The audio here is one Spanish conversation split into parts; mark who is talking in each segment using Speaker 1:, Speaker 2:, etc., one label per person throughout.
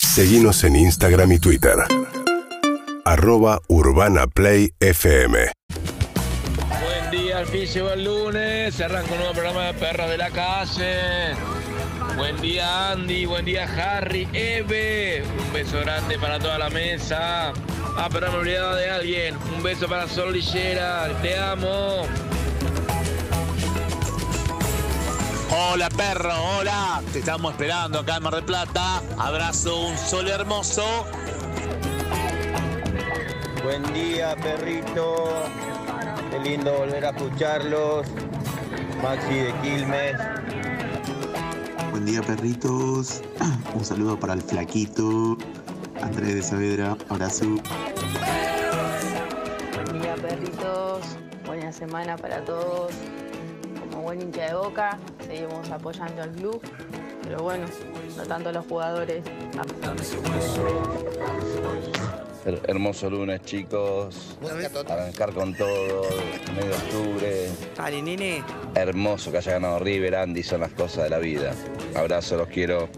Speaker 1: Seguimos en Instagram y Twitter. Arroba Urbana Play FM.
Speaker 2: Buen día, al fin llegó el lunes, se arranca un nuevo programa de Perros de la Calle. Buen día Andy, buen día Harry, Eve, un beso grande para toda la mesa. Ah, pero me olvidaba de alguien, un beso para Sol Lillera, te amo.
Speaker 3: Hola perro, hola, Ah, te estamos esperando acá en Mar del Plata. Abrazo, un sol hermoso.
Speaker 4: Buen día, perrito. Qué lindo volver a escucharlos. Maxi de Quilmes.
Speaker 5: Buen día perritos, un saludo para el flaquito, Andrés de Saavedra, abrazo.
Speaker 6: Buen día, perritos. Buena semana para todos. Como buen hincha de boca, seguimos apoyando al club. Pero bueno, no tanto a los jugadores.
Speaker 7: Her- hermoso lunes, chicos. Arrancar con todo, medio de octubre.
Speaker 8: Dale, nene.
Speaker 7: Hermoso que haya ganado River, Andy, son las cosas de la vida. Abrazo, los quiero.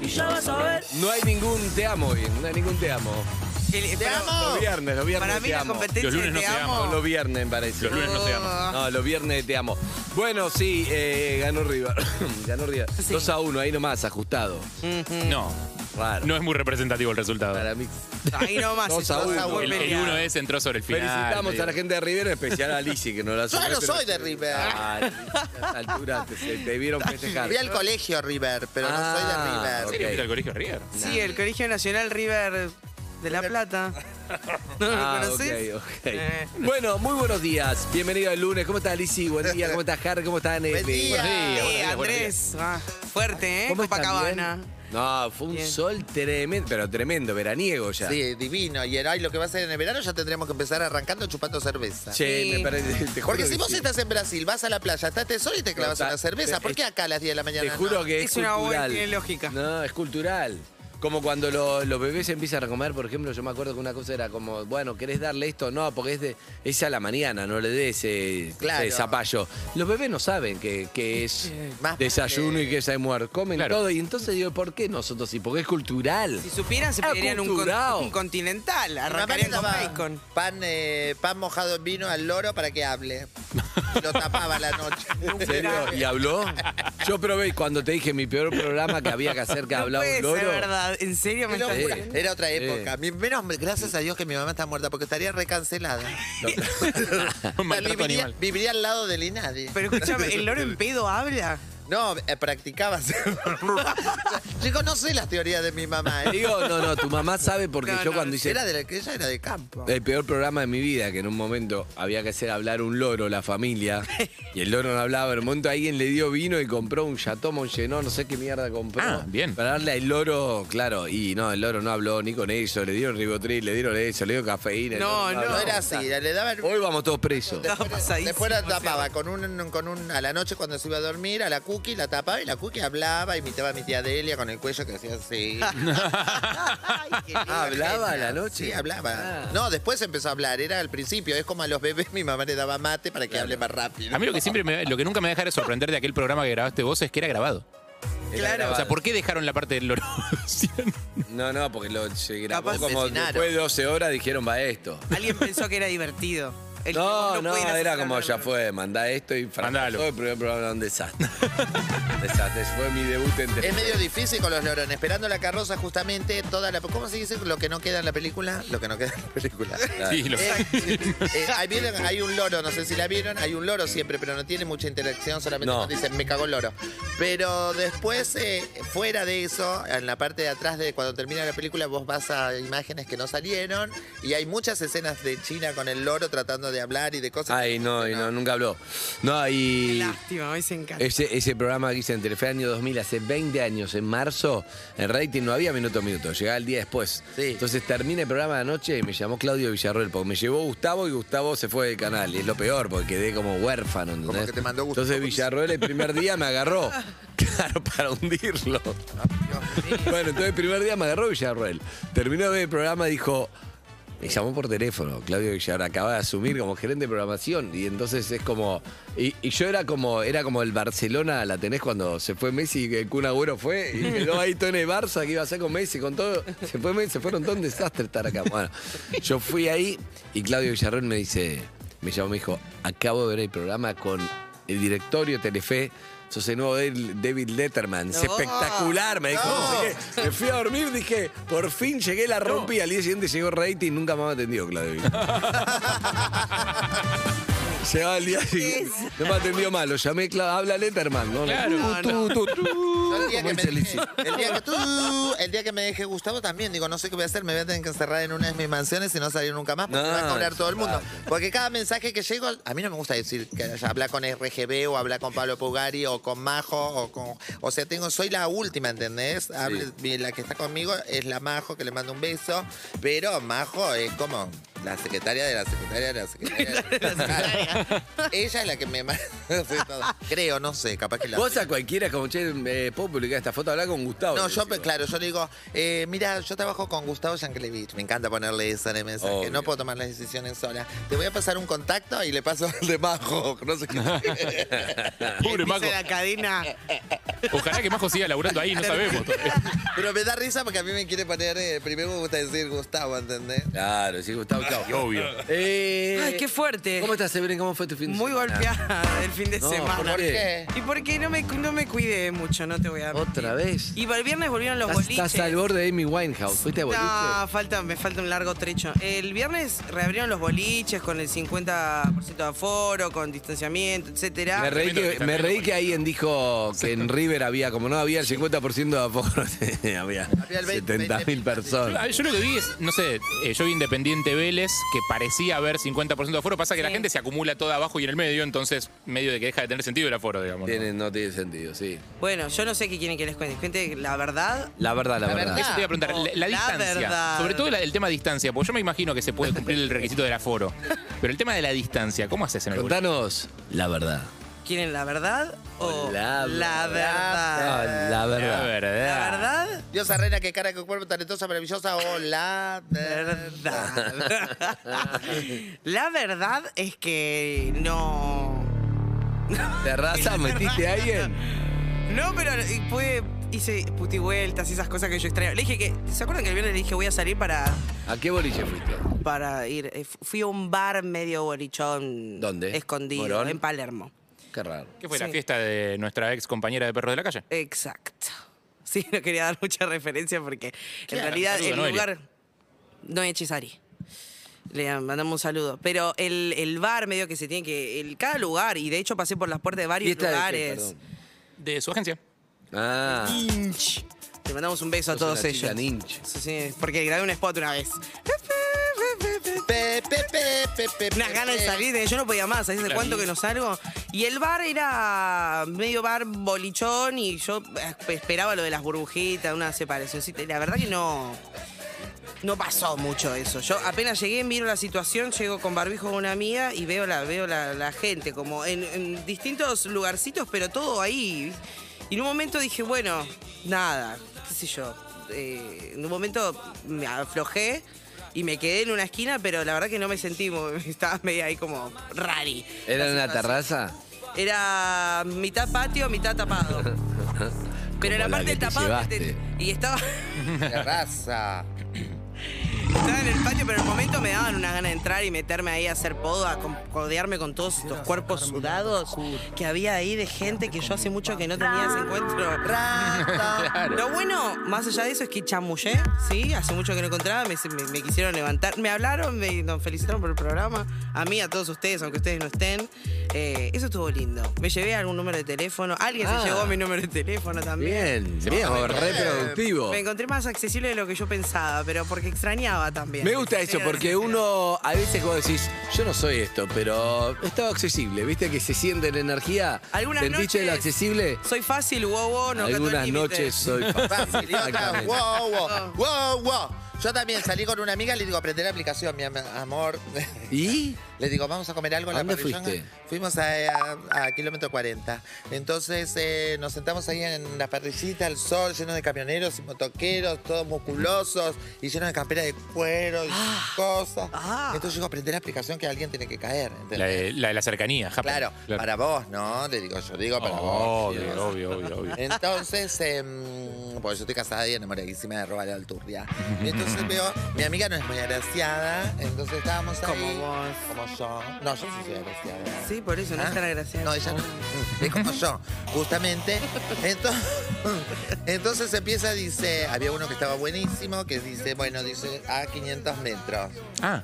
Speaker 8: Y ya vas a ver.
Speaker 9: No hay ningún te amo hoy, no hay ningún te amo.
Speaker 8: el-
Speaker 9: Te
Speaker 8: pero-
Speaker 9: Los viernes, los viernes
Speaker 8: Para
Speaker 9: te
Speaker 8: mí la
Speaker 9: amo.
Speaker 8: competencia
Speaker 10: Los lunes
Speaker 8: de
Speaker 10: no
Speaker 8: te
Speaker 10: se
Speaker 8: amo.
Speaker 10: aman,
Speaker 9: Los viernes, me parece.
Speaker 10: Los lunes no se aman.
Speaker 8: Ah.
Speaker 9: No, los viernes te amo. Bueno, sí, eh, ganó River. ganó River.
Speaker 8: Sí.
Speaker 9: 2 a 1, ahí nomás, ajustado.
Speaker 8: Ujú.
Speaker 10: No,
Speaker 9: Raro.
Speaker 10: no es muy representativo el resultado.
Speaker 9: Para mí.
Speaker 8: Ahí nomás.
Speaker 9: Dos a
Speaker 8: esto está
Speaker 9: uno.
Speaker 8: muy
Speaker 10: El, el
Speaker 8: peleado.
Speaker 10: uno es entró sobre el final.
Speaker 9: Felicitamos
Speaker 10: digo.
Speaker 9: a la gente de River, en especial a Lizzy, que no la
Speaker 11: Yo no soy de River.
Speaker 9: Ah, a esta altura te, se- te vieron festejar.
Speaker 11: Fui al colegio River, pero no soy
Speaker 9: Ah,
Speaker 11: de
Speaker 9: ok.
Speaker 11: River.
Speaker 10: ¿En serio fuiste al colegio River?
Speaker 8: Sí, el Colegio Nacional River de La Plata. ¿No lo
Speaker 9: Ah, ok,
Speaker 8: conocés?
Speaker 9: ok.
Speaker 8: Eh.
Speaker 9: Bueno, muy buenos días. Bienvenido al lunes. ¿Cómo estás, Lizzy? Buen día. ¿Cómo estás, Harry? ¿Cómo estás, Neve?
Speaker 11: Buen día.
Speaker 8: Eh,
Speaker 11: buenos días,
Speaker 8: Andrés. Ah, fuerte, ¿eh?
Speaker 9: ¿Cómo están,
Speaker 8: Copacabana.
Speaker 9: bien? No, fue un
Speaker 8: Bien.
Speaker 9: sol tremendo, pero tremendo, veraniego ya.
Speaker 11: Sí, divino. Y ahora lo que va a ser en el verano ya tendremos que empezar arrancando chupando cerveza.
Speaker 9: Che,
Speaker 8: Sí.
Speaker 9: me parece. Te juro
Speaker 11: Porque
Speaker 9: que
Speaker 11: si vos
Speaker 9: sí.
Speaker 11: estás en Brasil, vas a la playa, estás tesoro y te clavas
Speaker 9: Pero
Speaker 11: una
Speaker 9: está-
Speaker 11: cerveza.
Speaker 9: es-
Speaker 11: ¿Por qué acá a las 10 de la mañana?
Speaker 9: Te juro
Speaker 11: no?
Speaker 9: que es,
Speaker 8: Es una buena-
Speaker 9: cultural.
Speaker 8: tiene lógica.
Speaker 9: No, es cultural. Como cuando lo- los bebés empiezan a comer, por ejemplo, yo me acuerdo que una cosa era como, bueno, ¿querés darle esto? No, porque es, de, es a la mañana, no le des eh,
Speaker 11: Claro.
Speaker 9: eh, zapallo. Los bebés no saben que, que es
Speaker 11: Más
Speaker 9: desayuno
Speaker 11: vale.
Speaker 9: y que es almuerzo. Comen
Speaker 10: Claro.
Speaker 9: todo y entonces digo, ¿por qué nosotros sí? Porque es cultural.
Speaker 8: Si supieran, se
Speaker 9: Ah,
Speaker 8: pedirían un, con-
Speaker 9: culturao.
Speaker 8: un continental.
Speaker 11: Mi mamá le
Speaker 8: Arrancarían con
Speaker 11: daba
Speaker 8: bacon.
Speaker 11: Pan, eh, pan mojado en vino al loro para que hable. Lo tapaba a la noche.
Speaker 9: ¿En serio? ¿Y habló? Yo probé y cuando te dije mi peor programa que había que hacer que
Speaker 8: No
Speaker 9: hablaba
Speaker 8: puede
Speaker 9: un
Speaker 8: ser
Speaker 9: loro.
Speaker 8: verdad. ¿En serio me
Speaker 11: Qué
Speaker 8: estás
Speaker 11: locura.
Speaker 8: diciendo?
Speaker 11: Era otra
Speaker 9: Sí.
Speaker 11: época. Mi- Menos, gracias a Dios que mi mamá está muerta, porque estaría recancelada.
Speaker 10: Un maltrato
Speaker 11: viviría,
Speaker 10: animal.
Speaker 11: viviría al lado del Inadi.
Speaker 8: Pero escúchame, ¿el loro en pedo habla?
Speaker 11: No, eh, practicaba hacer- Yo no sé las teorías de mi mamá. ¿eh?
Speaker 9: Digo, no, no, Eh, tu mamá sabe porque
Speaker 8: No,
Speaker 9: yo
Speaker 8: no,
Speaker 9: cuando hice
Speaker 11: Era de la que ella era de campo.
Speaker 9: El peor programa de mi vida, que en un momento había que hacer hablar un loro, la familia, y el loro no hablaba. En un momento alguien le dio vino y compró un yatomo, llenó, no sé qué mierda compró.
Speaker 10: Ah, bien.
Speaker 9: Para darle al loro, claro, y no, el loro no habló ni con eso, le dieron ribotril, le dieron eso, le dieron cafeína. el
Speaker 8: No, no.
Speaker 9: loro
Speaker 11: No
Speaker 9: habló.
Speaker 11: era así, le daba el...
Speaker 9: Hoy vamos todos presos.
Speaker 8: Estaba pasadísimo.
Speaker 11: Después la
Speaker 8: o
Speaker 11: tapaba
Speaker 8: sea,
Speaker 11: con un, con un. A la noche cuando se iba a dormir, a la cookie la tapaba y la cookie hablaba, imitaba a mi tía Delia con el cuello que hacía así. Ay, qué linda
Speaker 9: ¿Hablaba
Speaker 11: genia.
Speaker 9: a la noche?
Speaker 11: Sí, hablaba.
Speaker 9: Ah.
Speaker 11: No, después empezó a hablar, era al principio. Es como a los bebés, mi mamá le daba mate para que hable más rápido.
Speaker 10: A mí lo que siempre me- lo que nunca me deja de sorprender de aquel programa que grabaste vos es que era grabado.
Speaker 9: Era
Speaker 10: O sea,
Speaker 9: grabado.
Speaker 10: ¿por qué dejaron la parte del loro? Sí,
Speaker 9: No, no, porque lo se grabó
Speaker 11: Capaz
Speaker 9: como
Speaker 11: asesinaron.
Speaker 9: después de 12 horas dijeron va esto.
Speaker 8: Alguien pensó que era divertido. El que
Speaker 9: No,
Speaker 8: vos
Speaker 9: no,
Speaker 8: pudieras
Speaker 9: era
Speaker 8: hacer
Speaker 9: como
Speaker 8: hablar.
Speaker 9: ya fue, mandá esto y fracasó,
Speaker 10: Mandalo.
Speaker 9: El primer programa era un desastre. Un desastre, fue mi debut en
Speaker 11: Es medio difícil con los lorones. Esperando la carroza, justamente, toda la. ¿Cómo se dice? Lo que no queda en la película. Lo que no queda en la película.
Speaker 10: Sí, lo-
Speaker 11: Eh, eh, ahí vieron, hay un loro, no sé si la vieron, hay un loro siempre, pero no tiene mucha interacción, solamente
Speaker 9: No.
Speaker 11: nos dicen, me cagó el loro. Pero después, eh, fuera de eso, en la parte de atrás de cuando termina la película, vos vas a imágenes que no salieron y hay muchas escenas de China con el loro tratando de hablar y de cosas.
Speaker 9: Ay, no, y no,
Speaker 11: no.
Speaker 9: nunca habló. No,
Speaker 8: Qué
Speaker 9: y
Speaker 8: Lástima, me se encanta.
Speaker 9: ese, ese programa que hice en Telefe año 2000, hace 20 años, en marzo, en rating no había minuto a minuto, llegaba el día después.
Speaker 11: Sí.
Speaker 9: Entonces termina el programa de noche y me llamó Claudio Villarroel, porque me llevó Gustavo y Gustavo se fue del canal. Y es lo peor, porque quedé como huérfano, ¿entendés?
Speaker 11: Como que te mandó Gustavo.
Speaker 9: Entonces Villarroel el primer día me agarró. Claro, para hundirlo.
Speaker 11: Ah,
Speaker 9: Bueno, entonces el primer día me agarró Villarroel. Terminó de ver el programa y dijo, Me llamó por teléfono, Claudio Villar acaba de asumir como gerente de programación y entonces es como y, y yo era como era como el Barcelona, la tenés cuando se fue Messi y el Kun Agüero fue y quedó ahí todo en el Barça que iba a ser con Messi, con todo, se fue Messi, se fueron todo un desastre estar acá. Bueno, yo fui ahí y Claudio Villarreal me dice, me llamó me dijo, "Acabo de ver el programa con el directorio Telefe Sos el nuevo David Letterman. Es
Speaker 12: No.
Speaker 9: espectacular, me dijo.
Speaker 12: No.
Speaker 9: no sé qué. Me fui a dormir, dije, por fin llegué, la rompí, al día siguiente llegó rating, nunca más me atendió, Claudio. Llegaba el día siguiente, no me atendió mal, lo llamé, Cla- habla Letterman. ¿no?
Speaker 11: Claro.
Speaker 9: Tú, tú, tú, tú.
Speaker 11: Yo el
Speaker 9: Como
Speaker 11: día, que me
Speaker 9: dice
Speaker 11: deje,
Speaker 9: Lizzy.
Speaker 11: el, día que tú- el día que me deje Gustavo también, digo, no sé qué voy a hacer, me voy a tener que encerrar en una de mis mansiones y no salir nunca más porque
Speaker 9: No,
Speaker 11: me va a cobrar
Speaker 9: es
Speaker 11: todo el mundo.
Speaker 9: verdad.
Speaker 11: Porque cada mensaje que llego, a mí no me gusta decir que haya- habla con RGB o habla con Pablo Pugari o con Majo o con. O sea, tengo, soy la última, ¿entendés? Hable- La que está conmigo es la Majo, que le mando un beso, pero Majo es como. La secretaria de la secretaria de la secretaria. de la secretaria. Ella es la que me manda todo. Creo, no sé, capaz que la.
Speaker 9: Vos a cualquiera, como che, eh, puedo publicar esta foto, hablar con Gustavo.
Speaker 11: No,
Speaker 9: Le
Speaker 11: yo,
Speaker 9: decís.
Speaker 11: claro, yo le digo, eh, mira, yo trabajo con Gustavo Yankelevich. Me encanta ponerle eso en el mensaje.
Speaker 9: Obvio.
Speaker 11: No puedo tomar las decisiones sola. Te voy a pasar un contacto y le paso el de Majo. No sé qué.
Speaker 10: Pobre Majo.
Speaker 8: la cadena.
Speaker 10: Ojalá que Majo siga laburando ahí, no sabemos.
Speaker 11: Pero me da risa porque a mí me quiere poner, eh, primero me gusta decir Gustavo, ¿entendés?
Speaker 9: Claro, sí, Gustavo,
Speaker 10: Ay,
Speaker 9: Gustavo.
Speaker 10: obvio.
Speaker 9: Eh,
Speaker 8: Ay, qué fuerte.
Speaker 9: ¿Cómo estás, Evelyn? ¿Cómo fue tu fin de
Speaker 8: Muy
Speaker 9: semana?
Speaker 8: golpeada el fin de
Speaker 9: No,
Speaker 8: semana.
Speaker 9: ¿por qué?
Speaker 8: Y porque no me, no me cuidé mucho, no te voy a.
Speaker 9: ¿Otra vez?
Speaker 8: Y el viernes volvieron los
Speaker 9: Estás,
Speaker 8: boliches.
Speaker 9: estás al borde de Amy Winehouse. ¿Fuiste a boliche?
Speaker 8: No, falta, me falta un largo trecho. El viernes reabrieron los boliches con el 50% de aforo, con distanciamiento, etcétera.
Speaker 9: Me reí, que, me reí que alguien dijo que en River había, como no había el 50% de aforo, había
Speaker 11: el 20,
Speaker 9: 70.000
Speaker 10: Ah,
Speaker 9: personas.
Speaker 10: Yo lo que vi es, no sé, eh, yo vi Independiente Vélez, que parecía haber 50% de aforo. Pasa que la gente se acumula toda abajo y en el medio, entonces medio de que deja de tener sentido el aforo, digamos. ¿no?
Speaker 9: Tiene- no tiene sentido, sí.
Speaker 8: Bueno, yo no sé qué quieren que les cuente. Gente, la verdad.
Speaker 9: La verdad, la, verdad.
Speaker 10: Eso te iba a preguntar, la, la
Speaker 8: La
Speaker 10: distancia.
Speaker 8: verdad.
Speaker 10: Sobre todo la- el tema distancia, porque yo me imagino que se puede cumplir el requisito del aforo. Pero el tema de la distancia, ¿cómo haces en el boliche?
Speaker 9: Contanos la verdad.
Speaker 8: ¿Quieren la verdad o
Speaker 9: La
Speaker 8: la
Speaker 9: No,
Speaker 8: verdad?
Speaker 9: la verdad.
Speaker 10: La
Speaker 8: La
Speaker 10: verdad.
Speaker 8: verdad,
Speaker 11: Dios arrena que cara, que cuerpo, talentosa, maravillosa. Hola.
Speaker 8: verdad. La verdad es que no.
Speaker 9: ¿Terraza metiste a alguien?
Speaker 8: No, pero fue, hice puti vueltas y esas cosas que yo extraño. Le dije que. ¿Se acuerdan que el viernes le dije voy a salir para,
Speaker 9: ¿A qué boliche fuiste?
Speaker 8: para ir? Eh, fu- Fui a un bar medio borichón.
Speaker 9: ¿Dónde?
Speaker 8: Escondido.
Speaker 9: ¿Morón?
Speaker 8: En Palermo.
Speaker 9: Qué raro.
Speaker 10: ¿Qué fue la
Speaker 8: Sí.
Speaker 10: fiesta de nuestra ex compañera de Perros de la Calle?
Speaker 8: Exacto. Sí, no quería dar mucha referencia porque en
Speaker 10: Claro,
Speaker 8: realidad
Speaker 10: saludo,
Speaker 8: el
Speaker 10: Noelia.
Speaker 8: lugar. No es Chisari. Le mandamos un saludo. Pero el, el bar medio que se tiene que. El, cada lugar, y de hecho pasé por las puertas de varios
Speaker 9: Fiesta de qué,
Speaker 8: lugares.
Speaker 9: perdón.
Speaker 10: De su agencia.
Speaker 9: Ah,
Speaker 8: Inch. Le mandamos un beso a
Speaker 9: sos
Speaker 8: todos
Speaker 9: una chica
Speaker 8: ellos.
Speaker 9: ninja.
Speaker 8: Sí, sí, porque grabé un spot una vez.
Speaker 11: Pe, pe, pe, pe, pe, pe,
Speaker 8: Unas ganas de
Speaker 11: pe.
Speaker 8: salir, de- yo no podía más, ¿sabes de
Speaker 10: Claro.
Speaker 8: cuánto que no salgo? Y el bar era medio bar bolichón y yo eh, esperaba lo de las burbujitas, una separacióncita. Y la verdad que no. No pasó mucho eso. Yo apenas llegué, miro la situación, llego con barbijo con una amiga y veo la, veo la, la gente, como en, en distintos lugarcitos, pero todo ahí. Y en un momento dije, bueno, nada, qué sé yo. Eh, en un momento me aflojé y me quedé en una esquina, pero la verdad que no me sentí, muy- estaba medio ahí como rari.
Speaker 9: ¿Era en
Speaker 8: La
Speaker 9: una
Speaker 8: situación.
Speaker 9: terraza?
Speaker 8: Era mitad patio, mitad tapado. Pero la
Speaker 9: Como
Speaker 8: parte
Speaker 9: que te
Speaker 8: tapada
Speaker 9: llevaste.
Speaker 8: y estaba...
Speaker 11: Terraza.
Speaker 8: Estaba en el patio, pero en el momento me daban una gana de entrar y meterme ahí a hacer podo, a con- codearme con todos estos cuerpos sudados que había ahí de gente que yo hace mucho que no tenía ese encuentro. Lo bueno, más allá de eso, es que chamullé, ¿sí? Hace mucho que no encontraba, me, me- me quisieron levantar. Me hablaron, me nos felicitaron por el programa. A mí, a todos ustedes, aunque ustedes no estén. Eh, eso estuvo lindo. Me llevé algún número de teléfono. Alguien
Speaker 9: Ah.
Speaker 8: se llevó mi número de teléfono también.
Speaker 9: Bien, bien, re productivo.
Speaker 8: Me encontré más accesible de lo que yo pensaba, pero porque extrañaba también.
Speaker 9: Me gusta eso porque uno a veces vos decís, yo no soy esto, pero estaba accesible, viste que se siente la energía.
Speaker 8: Algunas
Speaker 9: del dicho de lo
Speaker 8: noches-
Speaker 9: accesible.
Speaker 8: Soy fácil, wow, wow, no cato el
Speaker 9: Algunas
Speaker 8: límite.
Speaker 9: noches soy
Speaker 11: Fácil, y otra,
Speaker 9: Exactamente.
Speaker 11: wow,
Speaker 8: Oh.
Speaker 11: wow, wow, wow. Yo también salí con una amiga y le digo, aprender la aplicación, mi am- amor.
Speaker 9: ¿Y?
Speaker 11: Le digo, vamos a comer algo en
Speaker 9: ¿A
Speaker 11: la
Speaker 9: dónde
Speaker 11: parrillada.
Speaker 9: fuiste?
Speaker 11: Fuimos a, a- a kilómetro 40. Entonces eh, nos sentamos ahí en la parrillita, al sol, lleno de camioneros y motoqueros, todos musculosos y llenos de camperas de cuero y cosas. Entonces llego a aprender la explicación que alguien tiene que caer. ¿entendés?
Speaker 10: La de la, de la cercanía, Happen.
Speaker 11: Claro, para vos, ¿no? Le digo, yo digo para vos.
Speaker 10: Obvio,
Speaker 11: ¿no?
Speaker 10: obvio, obvio, obvio.
Speaker 11: ¿Eh? Entonces, em, pues yo estoy casada y enamoradísima de Robar Alturria. Y entonces veo, mi amiga no es muy agraciada, entonces estábamos ahí. Como vos. Como yo. No, yo sí soy agraciada. ¿Ah?
Speaker 8: Sí, por eso, no es tan agraciada.
Speaker 11: No, ella no. Es como yo, justamente. Entonces, entonces empieza, dice, había uno que estaba buenísimo, que dice, bueno, dice, a 500 metros.
Speaker 10: Ah.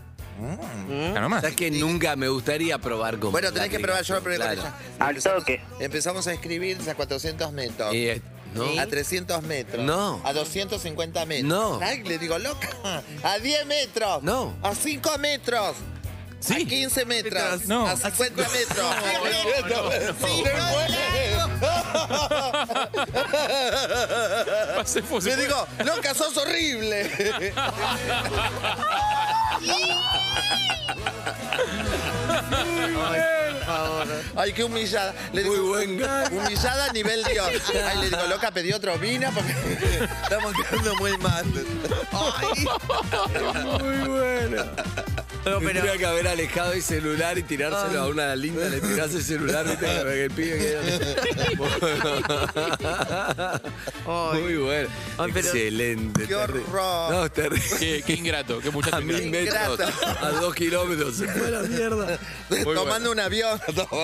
Speaker 9: ¿Sabes que nunca me gustaría probar con
Speaker 11: Bueno, tenés que probar, yo lo probé con ella.
Speaker 9: Al toque.
Speaker 11: Empezamos a escribir a 400 metros.
Speaker 9: Y, eh, no.
Speaker 11: A 300 metros.
Speaker 9: No.
Speaker 11: A 250 metros.
Speaker 9: No.
Speaker 11: Ay, le digo, loca. A 10 metros. No. A 5 metros. A 15 metros.
Speaker 10: No.
Speaker 11: A 50 metros. Sí,
Speaker 10: no.
Speaker 11: Le digo, loca, sos horrible. Ay, qué humillada. Le digo, Muy buen Humillada a nivel Dios. Ay, le digo, loca, pedí otra vino porque estamos quedando muy mal. Ay.
Speaker 9: Muy bueno. Tendría que haber alejado el celular y tirárselo a una linda, le tirás el celular y te el pibe que- Muy bueno. Excelente.
Speaker 11: Qué
Speaker 9: terrible.
Speaker 11: horror.
Speaker 9: No, terrible.
Speaker 10: Qué, qué ingrato, qué muchacho.
Speaker 9: A mil
Speaker 10: ingrato.
Speaker 9: metros,
Speaker 11: Ingrato.
Speaker 9: a dos kilómetros. Se fue a la mierda. Muy
Speaker 11: Tomando un avión.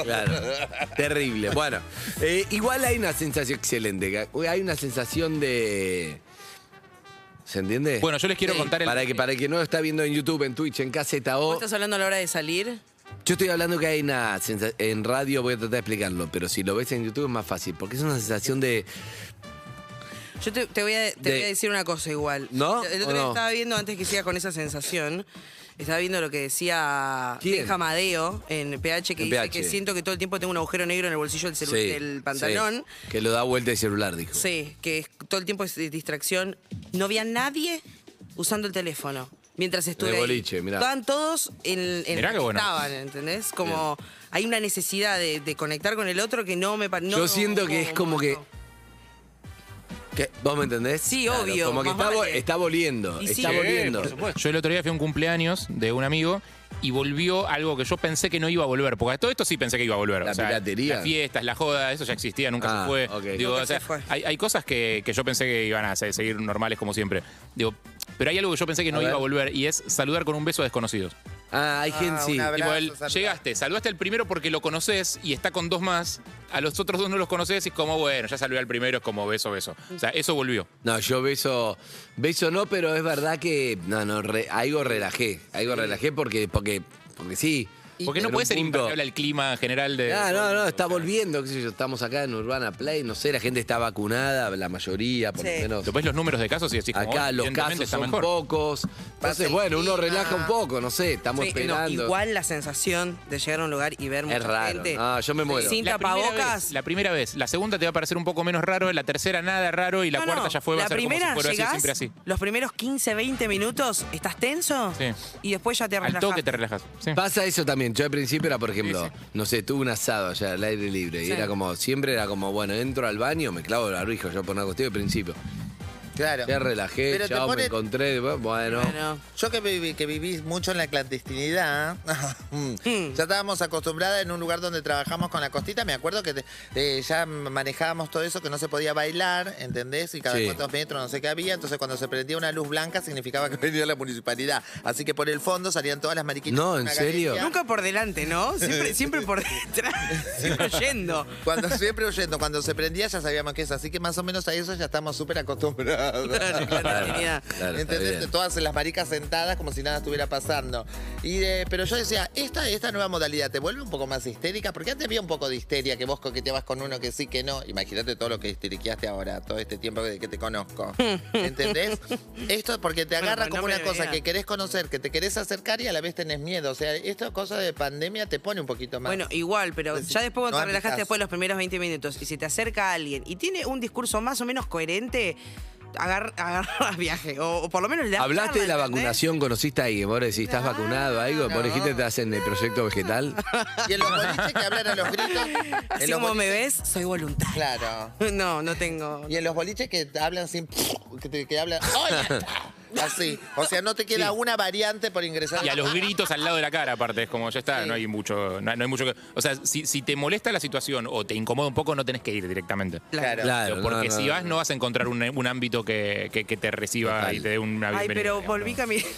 Speaker 9: Claro. Terrible. Bueno, eh, igual hay una sensación excelente. que Hay una sensación de. ¿Se entiende?
Speaker 10: Bueno, yo les quiero contar el-
Speaker 9: Para que, para el que no está viendo en YouTube, en Twitch, en
Speaker 8: ¿Vos
Speaker 9: KZO,
Speaker 8: estás hablando a la hora de salir?
Speaker 9: yo estoy hablando que hay una sensación. En radio voy a tratar de explicarlo, pero si lo ves en YouTube es más fácil, porque es una sensación de.
Speaker 8: Yo te, te voy, a, te
Speaker 9: De-
Speaker 8: voy a decir una cosa igual.
Speaker 9: ¿No?
Speaker 8: El
Speaker 9: ¿O
Speaker 8: otro día
Speaker 9: no?
Speaker 8: estaba viendo, antes que sigas con esa sensación, estaba viendo lo que decía
Speaker 9: ¿Quién?
Speaker 8: Benja Madeo en PH, que
Speaker 9: En
Speaker 8: dice
Speaker 9: PH.
Speaker 8: que siento que todo el tiempo tengo un agujero negro en el bolsillo del, celu-
Speaker 9: Sí,
Speaker 8: del pantalón.
Speaker 9: sí, que lo da vuelta el celular, dijo.
Speaker 8: Sí, que es- todo el tiempo es de distracción. No vi a nadie usando el teléfono mientras estuve
Speaker 9: el
Speaker 8: ahí.
Speaker 9: boliche, mirá.
Speaker 8: Estaban todos en, en lo
Speaker 9: Mirá qué
Speaker 8: que
Speaker 9: bueno.
Speaker 8: estaban, ¿entendés? Como hay una necesidad de, de conectar con el otro que no me... pa- no-
Speaker 9: Yo siento que es como que. que- ¿Vos me entendés?
Speaker 8: Sí,
Speaker 9: Claro,
Speaker 8: obvio,
Speaker 9: Como que
Speaker 8: más
Speaker 9: está, vo-
Speaker 8: vale.
Speaker 9: está volviendo.
Speaker 8: Y sí.
Speaker 9: Está
Speaker 8: Sí,
Speaker 9: volviendo.
Speaker 8: por
Speaker 10: Yo el otro día fui a un cumpleaños de un amigo y volvió algo que yo pensé que no iba a volver, porque todo esto sí pensé que iba a volver.
Speaker 9: ¿La
Speaker 10: o sea,
Speaker 9: piratería?
Speaker 10: Las fiestas, la joda, eso ya existía, nunca
Speaker 9: Ah,
Speaker 10: se fue.
Speaker 9: ok.
Speaker 10: Digo,
Speaker 9: Nunca
Speaker 10: o sea,
Speaker 9: se fue.
Speaker 10: Hay, hay cosas que, que yo pensé que iban a se- seguir normales como siempre. Digo, pero hay algo que yo pensé que no
Speaker 9: A
Speaker 10: iba a
Speaker 9: ver.
Speaker 10: volver y es saludar con un beso a desconocidos.
Speaker 9: Ah, hay gente, sí.
Speaker 10: Tipo, el- llegaste, saludaste al primero porque lo conoces y está con dos más. A los otros dos no los conoces y es como, bueno, ya saludé al primero, es como beso, beso. O sea, eso volvió.
Speaker 9: No, yo beso, beso no, pero es verdad que no, no, re- algo relajé, algo relajé porque, porque, porque sí.
Speaker 10: Porque no
Speaker 9: En
Speaker 10: puede
Speaker 9: un
Speaker 10: ser
Speaker 9: punto-
Speaker 10: imparable al clima general de.
Speaker 9: Ah, no, no, está volviendo, qué sé yo, estamos acá en Urbana Play, no sé, la gente está vacunada, la mayoría, por
Speaker 10: Sí.
Speaker 9: lo menos.
Speaker 10: Te ves los números de casos y decís, como,
Speaker 9: Acá los
Speaker 10: evidentemente
Speaker 9: casos
Speaker 10: está
Speaker 9: son
Speaker 10: mejor.
Speaker 9: pocos. Entonces, bueno, uno relaja un poco, no sé, estamos
Speaker 8: Sí, no,
Speaker 9: esperando.
Speaker 8: igual la sensación de llegar a un lugar y ver mucha
Speaker 9: es raro.
Speaker 8: gente.
Speaker 9: Ah, yo me muero.
Speaker 8: Sin
Speaker 10: La primera
Speaker 8: tapabocas.
Speaker 10: vez, la primera vez. La segunda te va a parecer un poco menos raro, la tercera nada raro y la
Speaker 8: No,
Speaker 10: cuarta
Speaker 8: no,
Speaker 10: ya fue, va
Speaker 8: la
Speaker 10: a ser como si
Speaker 8: primera
Speaker 10: fuera así,
Speaker 8: llegás,
Speaker 10: siempre así.
Speaker 8: Los primeros 15, 20 minutos, ¿estás tenso?
Speaker 10: Sí.
Speaker 8: Y después ya te relajas.
Speaker 10: relajas.
Speaker 9: Pasa eso también. Yo al principio era, por ejemplo, no sé, tuve un asado allá al aire libre. Y
Speaker 8: Sí.
Speaker 9: era como, siempre era como, bueno, entro al baño, me clavo el barbijo, yo por una cuestión de principio.
Speaker 11: Claro.
Speaker 9: Ya relajé,
Speaker 11: Pero te
Speaker 9: chao,
Speaker 11: pone-
Speaker 9: me encontré, bu- bueno.
Speaker 11: Yo que viví, que viví mucho en la clandestinidad,
Speaker 9: Hmm.
Speaker 11: ya estábamos acostumbradas en un lugar donde trabajamos con la costita. Me acuerdo que te- eh, ya manejábamos todo eso, que no se podía bailar, ¿entendés? Y cada
Speaker 9: Sí.
Speaker 11: cuantos metros no sé qué había. Entonces cuando se prendía una luz blanca significaba que venía la municipalidad. Así que por el fondo salían todas las mariquitas.
Speaker 9: No,
Speaker 11: con
Speaker 9: ¿en
Speaker 11: una
Speaker 9: serio?
Speaker 11: galería.
Speaker 8: Nunca por delante, ¿no? Siempre, siempre por detrás. Siempre huyendo.
Speaker 11: Cuando siempre huyendo, cuando se prendía ya sabíamos que es, así que más o menos a eso ya estamos súper acostumbrados.
Speaker 8: Claro, clandestinidad.
Speaker 9: claro, está
Speaker 11: ¿Entendés?
Speaker 9: bien.
Speaker 11: Todas las maricas sentadas como si nada estuviera pasando. Y eh, pero yo decía, esta, esta nueva modalidad te vuelve un poco más histérica, porque antes había un poco de histeria, que vos coqueteabas con uno que sí, que no. Imagínate todo lo que histeriqueaste ahora, todo este tiempo de que te conozco. ¿Entendés? Esto porque te
Speaker 8: Bueno,
Speaker 11: agarra
Speaker 8: pues no
Speaker 11: como
Speaker 8: me
Speaker 11: una cosa
Speaker 8: veía.
Speaker 11: que querés conocer, que te querés acercar y a la vez tenés miedo. O sea, esta cosa de pandemia te pone un poquito más.
Speaker 8: Bueno, igual, pero ya después cuando
Speaker 11: no
Speaker 8: te
Speaker 11: es mi
Speaker 8: relajaste
Speaker 11: caso.
Speaker 8: después de los primeros 20 minutos y se te acerca alguien y tiene un discurso más o menos coherente, agar- agarrabas viaje. O, o por lo menos le das
Speaker 9: Hablaste de la
Speaker 8: charla, ¿entendés?
Speaker 9: vacunación, conociste a alguien, vos decís, ¿estás vacunado o algo? Por dijiste, te hacen el proyecto vegetal.
Speaker 11: Y en los boliches que hablan a los gritos.
Speaker 8: Así como me ves, soy voluntario.
Speaker 11: Claro.
Speaker 8: No, no tengo.
Speaker 11: Y en los boliches que hablan sin. que, te- que hablan. "Hola", Así. O sea, no te queda una variante por ingresar.
Speaker 10: Y a los gritos al lado de la cara, aparte, es como ya está, no hay mucho, no hay, no hay mucho que. O sea, si, si te molesta la situación o te incomoda un poco, no tenés que ir directamente.
Speaker 8: Claro.
Speaker 9: Claro,
Speaker 10: porque
Speaker 9: no, no,
Speaker 10: si vas,
Speaker 9: no.
Speaker 10: no vas a encontrar un, un ámbito que, que- que te reciba y te dé una
Speaker 8: Ay,
Speaker 10: bienvenida.
Speaker 8: pero volví caminando.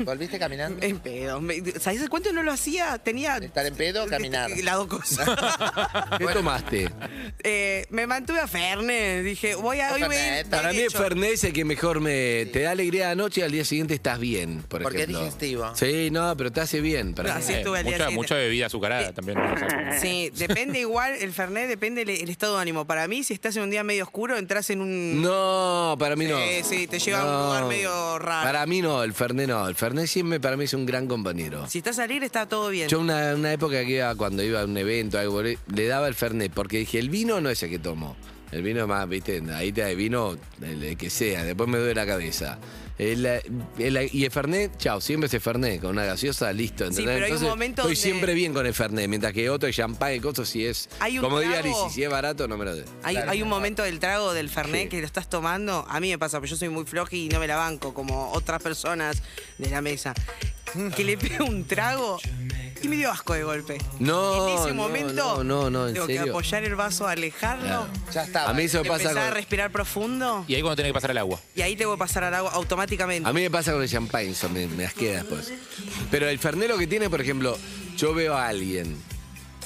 Speaker 11: ¿Volviste caminando?
Speaker 8: En pedo. Me- ¿Sabés de cuánto no lo hacía? Tenía. este,
Speaker 11: ¿Estar en pedo o caminar?
Speaker 8: Las dos cosas.
Speaker 9: ¿Qué tomaste?
Speaker 8: Eh, me mantuve a Fernet. Dije, voy a hoy voy a ir
Speaker 9: Para mí es
Speaker 8: derecho.
Speaker 9: Fernet es el que mejor me te da alegría anoche y al día siguiente estás bien, por
Speaker 11: Porque es
Speaker 9: ejemplo.
Speaker 11: digestivo.
Speaker 9: Sí, no, pero te hace bien. Para
Speaker 8: Así
Speaker 9: mí.
Speaker 8: estuve al día
Speaker 10: mucha,
Speaker 8: siguiente. Eh.
Speaker 10: mucha bebida azucarada también. o sea, como-
Speaker 8: Sí, depende igual, el Fernet depende el, el estado de ánimo. Para mí, si estás en un día medio oscuro, entras en un.
Speaker 9: No, para mí no.
Speaker 8: Sí, sí, te lleva a un lugar medio raro.
Speaker 9: Para mí no, el Fernet no. El Fernet siempre para mí es un gran compañero.
Speaker 8: Si estás alegre, está todo bien.
Speaker 9: Yo una, una época que iba, cuando iba a un evento, algo, le le daba el Fernet, porque dije, el vino no es el que tomo. El vino es más, viste, ahí te da el vino, el, el que sea, después me duele la cabeza. El, el- y el Fernet, chao, siempre es el Fernet, con una gaseosa, listo. ¿entendés?
Speaker 8: pero hay un momento
Speaker 9: estoy
Speaker 8: donde-
Speaker 9: siempre bien con el Fernet, mientras que otro, el champán y cosas, si es,
Speaker 8: Hay un
Speaker 9: como diría
Speaker 8: trago-
Speaker 9: Lizzy, si es barato, no me lo dé.
Speaker 8: Hay, hay un momento del trago del Fernet que lo estás tomando. A mí me pasa, porque yo soy muy floja y no me la banco, como otras personas de la mesa. Que le pego un trago y me dio asco de golpe.
Speaker 9: No,
Speaker 8: en ese
Speaker 9: no,
Speaker 8: momento,
Speaker 9: no, no, no, en
Speaker 8: tengo que
Speaker 9: serio.
Speaker 8: apoyar el vaso, alejarlo.
Speaker 11: Ya está.
Speaker 9: A mí eso me pasa
Speaker 8: Empezar a
Speaker 9: con-
Speaker 8: respirar profundo
Speaker 10: Y ahí cuando tenés que pasar al agua.
Speaker 8: y ahí te voy a pasar al agua automáticamente.
Speaker 9: A mí me pasa con el champagne, eso me, me asquea después. pues. Pero el Fernet lo que tiene, por ejemplo, yo veo a alguien,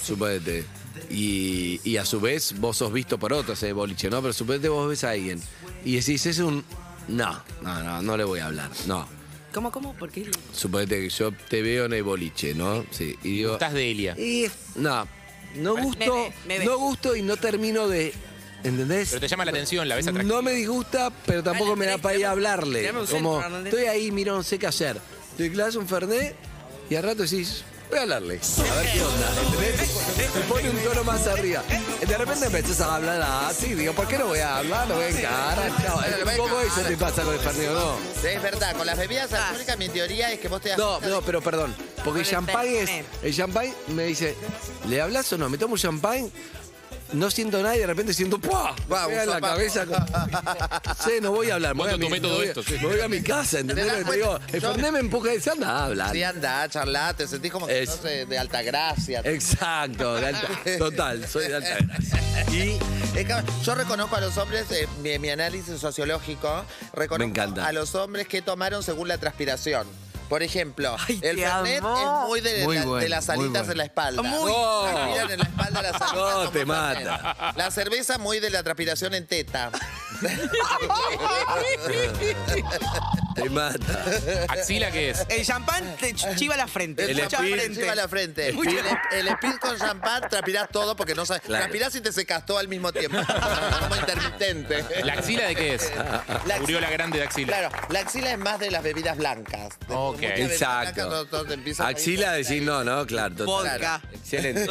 Speaker 9: suponete, y, y a su vez vos sos visto por otros, eh, boliche, ¿no? Pero suponete vos ves a alguien y decís, es un... No, no, no, no le voy a hablar, no.
Speaker 8: ¿Cómo, cómo? ¿Por qué?
Speaker 9: Suponete que yo te veo en el boliche, ¿no? Sí, y digo...
Speaker 10: Estás de Elia.
Speaker 9: Y, no, no gusto,
Speaker 8: me ve.
Speaker 9: no gusto y no termino de... ¿Entendés?
Speaker 10: Pero te llama la atención, la ves atractiva.
Speaker 9: No me disgusta, pero tampoco me da para ir a hablarle.
Speaker 8: tirame un
Speaker 9: Como
Speaker 8: centro, Hernández.
Speaker 9: estoy ahí, mirá, no sé qué hacer. Te clavas un Fernet y al rato decís, voy a hablarle. A ver qué onda. ¿entendés? Te pone un tono más arriba. Y De repente empezás a hablar así. Digo, ¿por qué no voy a hablar? No voy a encarar. No, es un poco eso te pasa con el Fernet, ¿o no?
Speaker 11: Sí, es verdad, con las bebidas alcohólicas mi teoría es que vos te das
Speaker 9: Ah. No,
Speaker 11: cuenta
Speaker 9: no, pero perdón. Porque
Speaker 8: Con el
Speaker 9: el champagne es.
Speaker 8: Fernet.
Speaker 9: El champagne me dice, ¿le hablas o no? Me tomo un champagne. No siento nada y de repente siento ¡pua!
Speaker 11: Va,
Speaker 9: Me pega
Speaker 11: un
Speaker 9: en la
Speaker 11: zapato.
Speaker 9: cabeza. Sí, no voy a hablar. me voy
Speaker 10: ¿Cuánto
Speaker 9: a
Speaker 10: tomé
Speaker 9: mi-
Speaker 10: todo
Speaker 9: me voy a-
Speaker 10: esto? Sí.
Speaker 9: Me voy a mi casa, ¿entendés?
Speaker 11: das
Speaker 9: lo que Te digo,
Speaker 11: cuenta?
Speaker 9: el
Speaker 11: Yo-
Speaker 9: Fernet me empuja y dice, anda a hablar.
Speaker 11: Sí, anda, charlá, te sentís como que
Speaker 9: Es-
Speaker 11: sos de, de alta gracia.
Speaker 9: Exacto, de alta- total, soy de alta gracia.
Speaker 11: Y es que yo reconozco a los hombres, eh, mi, mi análisis sociológico, reconozco
Speaker 9: Me encanta.
Speaker 11: a los hombres que tomaron según la transpiración. Por ejemplo,
Speaker 8: Ay,
Speaker 11: el
Speaker 8: te
Speaker 11: Fernet
Speaker 8: amo.
Speaker 11: es muy de,
Speaker 9: Muy
Speaker 11: la- de
Speaker 9: bueno,
Speaker 11: las
Speaker 9: muy
Speaker 11: alitas
Speaker 9: bueno.
Speaker 11: en la espalda.
Speaker 8: Muy.
Speaker 9: No.
Speaker 11: Transpiran en la espalda las alitas.
Speaker 9: No,
Speaker 11: como
Speaker 9: te
Speaker 11: Fernet.
Speaker 9: mata.
Speaker 11: La cerveza muy de la transpiración en teta.
Speaker 9: Te mata.
Speaker 10: Axila, ¿qué es?
Speaker 8: El champán te ch- chiva la frente.
Speaker 11: Eh. El
Speaker 8: mucha
Speaker 11: champán
Speaker 8: frente.
Speaker 11: encima de la frente. El,
Speaker 8: Mucha-
Speaker 11: el speed con champán, transpirás todo porque no sabes.
Speaker 9: Claro.
Speaker 11: Transpirás y te secas todo al mismo tiempo. Como intermitente.
Speaker 10: ¿La axila de qué es?
Speaker 11: La
Speaker 10: Murió la
Speaker 11: axila.
Speaker 10: grande de axila.
Speaker 11: Claro, la axila es más de las bebidas blancas. De-
Speaker 10: Ok.
Speaker 11: muchas bebidas blancas, todo- todo
Speaker 9: Exacto.
Speaker 11: te empieza a salir
Speaker 9: Axila
Speaker 11: por ahí.
Speaker 9: decir no, ¿no? Claro, total.
Speaker 8: Vodka.
Speaker 9: Excelente.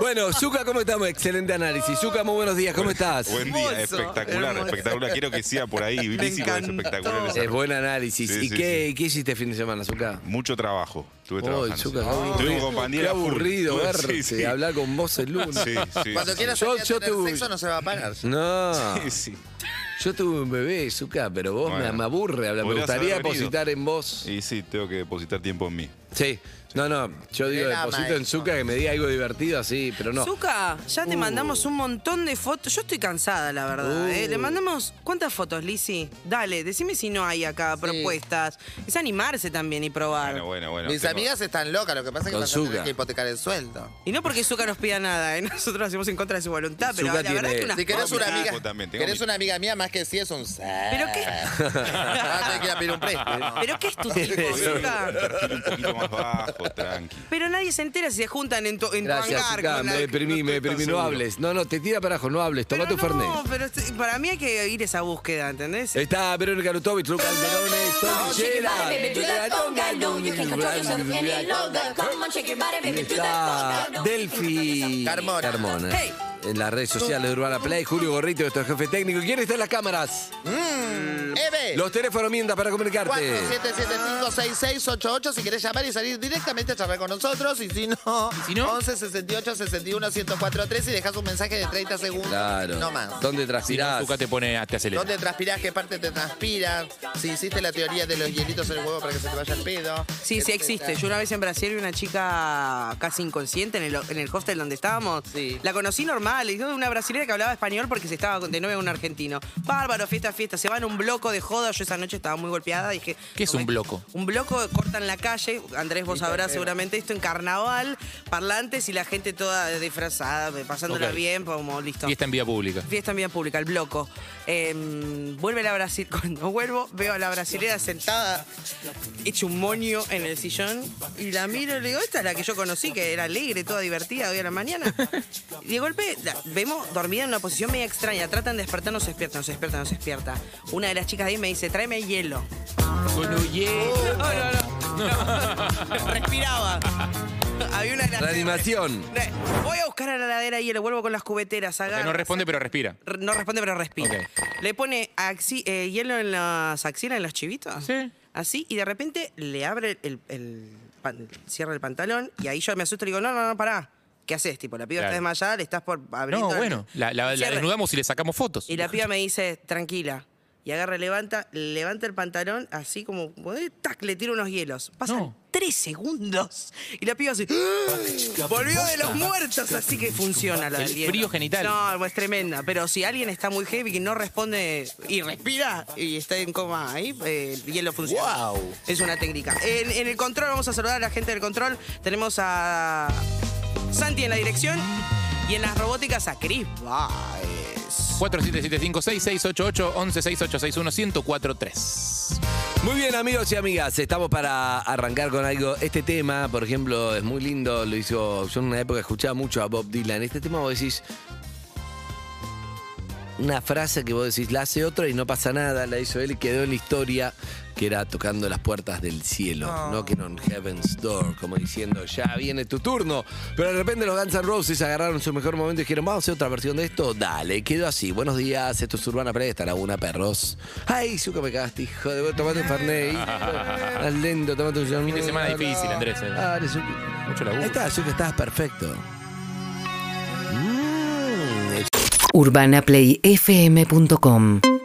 Speaker 9: Bueno, Zuka, ¿cómo estamos? Excelente análisis. Zuka, muy buenos días, ¿cómo estás?
Speaker 12: Buen día,
Speaker 8: Hermoso,
Speaker 12: espectacular,
Speaker 8: hermoso.
Speaker 12: espectacular. Quiero que siga por ahí, Bilísimo, es
Speaker 8: encantó.
Speaker 12: espectacular. ese
Speaker 9: Es buen análisis.
Speaker 12: Sí,
Speaker 9: ¿Y
Speaker 12: sí,
Speaker 9: qué, qué hiciste el fin de semana, Zuka?
Speaker 12: Mucho trabajo. Estuve
Speaker 9: Uy,
Speaker 12: trabajando.
Speaker 9: Zucca,
Speaker 12: sí.
Speaker 9: qué aburrido.
Speaker 12: Tuve un compañero
Speaker 9: Qué
Speaker 12: full.
Speaker 9: aburrido
Speaker 12: Tuve- sí,
Speaker 9: verte,
Speaker 12: sí.
Speaker 9: hablar con vos el lunes.
Speaker 12: Sí, sí,
Speaker 11: Cuando
Speaker 12: sí,
Speaker 11: quieras
Speaker 9: Yo-
Speaker 11: salir a
Speaker 9: yo
Speaker 11: tener
Speaker 9: tuve-
Speaker 11: sexo no se va a pagar.
Speaker 9: No,
Speaker 12: sí, sí.
Speaker 9: yo tuve un bebé, Zuka, pero vos me-
Speaker 12: Bueno.
Speaker 9: me, aburre hablar. Me
Speaker 12: Podrías
Speaker 9: gustaría
Speaker 12: haber venido.
Speaker 9: depositar en vos.
Speaker 12: Y sí, tengo que depositar tiempo en mí.
Speaker 9: Sí, no, no, yo digo
Speaker 11: Era
Speaker 9: deposito en
Speaker 11: maestro.
Speaker 9: Zuka que me diga algo divertido así, pero no.
Speaker 8: Zuka, ya te mandamos un montón de fotos. Yo estoy cansada, la verdad.
Speaker 9: Uh.
Speaker 8: ¿eh? Le mandamos. ¿Cuántas fotos, Lizzy? Dale, decime si no hay acá propuestas. Es animarse también y probar.
Speaker 12: Bueno, bueno, bueno.
Speaker 11: Mis
Speaker 12: tengo-
Speaker 11: amigas están locas, lo que pasa es que
Speaker 9: Con
Speaker 11: vas a tener
Speaker 9: Zucca.
Speaker 11: que hipotecar el sueldo.
Speaker 8: Y no porque Zuka nos pida nada, ¿eh? nosotros lo hacemos en contra de su voluntad, pero
Speaker 9: Zucca
Speaker 8: la verdad
Speaker 9: tiene-
Speaker 8: es que unas
Speaker 11: Si querés
Speaker 12: Tengo
Speaker 11: una
Speaker 12: mi
Speaker 11: amiga,
Speaker 12: hijo también, tengo
Speaker 11: querés
Speaker 12: mi-
Speaker 11: una amiga mía más que sí es un
Speaker 8: ¿Pero qué?
Speaker 11: Vas a tener Ah, que ir a pedir un préstamo.
Speaker 8: ¿Pero qué es tu tipo,
Speaker 12: Tengo
Speaker 8: Zuka?
Speaker 12: un perfil un poquito más bajo, tranqui.
Speaker 8: Pero nadie se entera si se juntan en tu, en tu
Speaker 9: Gracias,
Speaker 8: hangar.
Speaker 9: Zuka,
Speaker 8: con la-
Speaker 9: me deprimí, me deprimí, no
Speaker 12: seguro.
Speaker 9: hables. No, no, te tira para abajo, no hables, toma
Speaker 8: Pero
Speaker 9: tu Fernet.
Speaker 8: No, pero este- para mí hay que ir a esa búsqueda, ¿entendés?
Speaker 9: Está Verónica Lutovic, Luca Alderone, Solchera. Está Delphi
Speaker 11: Carmona.
Speaker 9: Carmona.
Speaker 8: Hey,
Speaker 9: en las redes sociales de Urbana Play, Julio Gorrito, nuestro jefe técnico. ¿Quién está en las cámaras?
Speaker 11: Mm. Eve.
Speaker 9: Los teléfonos mientas para comunicarte.
Speaker 11: 47756688 si querés llamar y salir directamente a charlar con nosotros y si no,
Speaker 9: si no?
Speaker 11: 11 68 61 1043 y dejas un mensaje de 30 segundos
Speaker 10: Claro.
Speaker 11: no más.
Speaker 9: ¿Dónde
Speaker 10: transpirás? azúcar te pone a te acelera.
Speaker 11: ¿Dónde transpirás? ¿Qué parte te transpira? Si hiciste la teoría de los hielitos en el huevo para que se te vaya el pedo.
Speaker 8: Sí, sí
Speaker 11: etcétera.
Speaker 8: existe. Yo una vez en Brasil vi una chica casi inconsciente en el, en el hostel donde estábamos. La conocí normal, y una brasileña que hablaba español porque se estaba con- de novia con un argentino. Bárbaro, fiesta, fiesta. Se van un bloco de joda. Yo esa noche estaba muy golpeada. Dije,
Speaker 10: ¿Qué es un bloco?
Speaker 8: un bloco cortan la calle, Andrés vos
Speaker 10: Sí,
Speaker 8: sabrás
Speaker 10: sí.
Speaker 8: seguramente esto en carnaval, parlantes y la gente toda disfrazada, pasándola
Speaker 10: Ok.
Speaker 8: bien, como listo.
Speaker 10: Y está en vía pública.
Speaker 8: Fiesta en vía pública, el bloco. Eh, vuelve la Brasil. Cuando vuelvo, veo a la brasilera sentada, hecho un moño en el sillón. Y la miro y le digo, esta es la que yo conocí, que era alegre, toda divertida hoy a la mañana. Y de golpe la vemos dormida en una posición media extraña. Tratan de despertar, no se despierta, no se despierta, no se despierta. Una de las chicas de ahí me dice, tráeme hielo. No, no, no. No. Respiraba. Había una heladera.
Speaker 9: Reanimación.
Speaker 8: Voy a buscar a la heladera y le vuelvo con las cubeteras.
Speaker 10: O sea,
Speaker 8: Agarra,
Speaker 10: no responde, pero respira.
Speaker 8: re- no responde, pero respira. Le pone axi- eh, hielo en las axilas, en los chivitos. Sí. Así, y de repente le abre el, el pan- cierra el pantalón y ahí yo me asusto y le digo, no, no, no, pará. ¿Qué haces? Tipo, la piba
Speaker 10: Claro.
Speaker 8: está desmayada, le estás por abrir.
Speaker 10: No, bueno, la, la- la
Speaker 8: Cierre.
Speaker 10: desnudamos y le sacamos fotos.
Speaker 8: Y la piba me dice, tranquila. Y agarra, levanta, levanta el pantalón, así como, eh, tac, le tira unos hielos. Pasan tres segundos. Y la piba así, ¡ah! volvió de los muertos. Así que funciona la
Speaker 10: El
Speaker 8: del hielo.
Speaker 10: frío genital.
Speaker 8: No, es tremenda. Pero si alguien está muy heavy que no responde y respira y está en coma ahí, eh, el hielo funciona.
Speaker 11: Wow.
Speaker 8: Es una técnica. En, en el control, vamos a saludar a la gente del control. Tenemos a Santi en la dirección y en las robóticas a Cris Baez.
Speaker 10: 4775-6688-116861-1043.
Speaker 9: Muy bien, amigos y amigas, estamos para arrancar con algo. Este tema, por ejemplo, es muy lindo. Lo hizo. Yo en una época escuchaba mucho a Bob Dylan. Este tema vos decís. Una frase que vos decís, la hace otro y no pasa nada, la hizo él y quedó en la historia, que era tocando las puertas del cielo, knocking on heaven's door, como diciendo, ya viene tu turno. Pero de repente los Guns N' Roses agarraron su mejor momento y dijeron, vamos a hacer otra versión de esto, dale, quedó así. Buenos días, esto es Urbana Play, estará una, perros. Ay, Zuka, me cagaste, hijo de... Tomate un Fernet, hijo de- Estás lento, tomate un
Speaker 10: Fin de semana difícil, Andrés. eh. Mucho laburo.
Speaker 9: Ahí está, Zuka, estabas perfecto. Mm,
Speaker 13: UrbanaPlayFM.com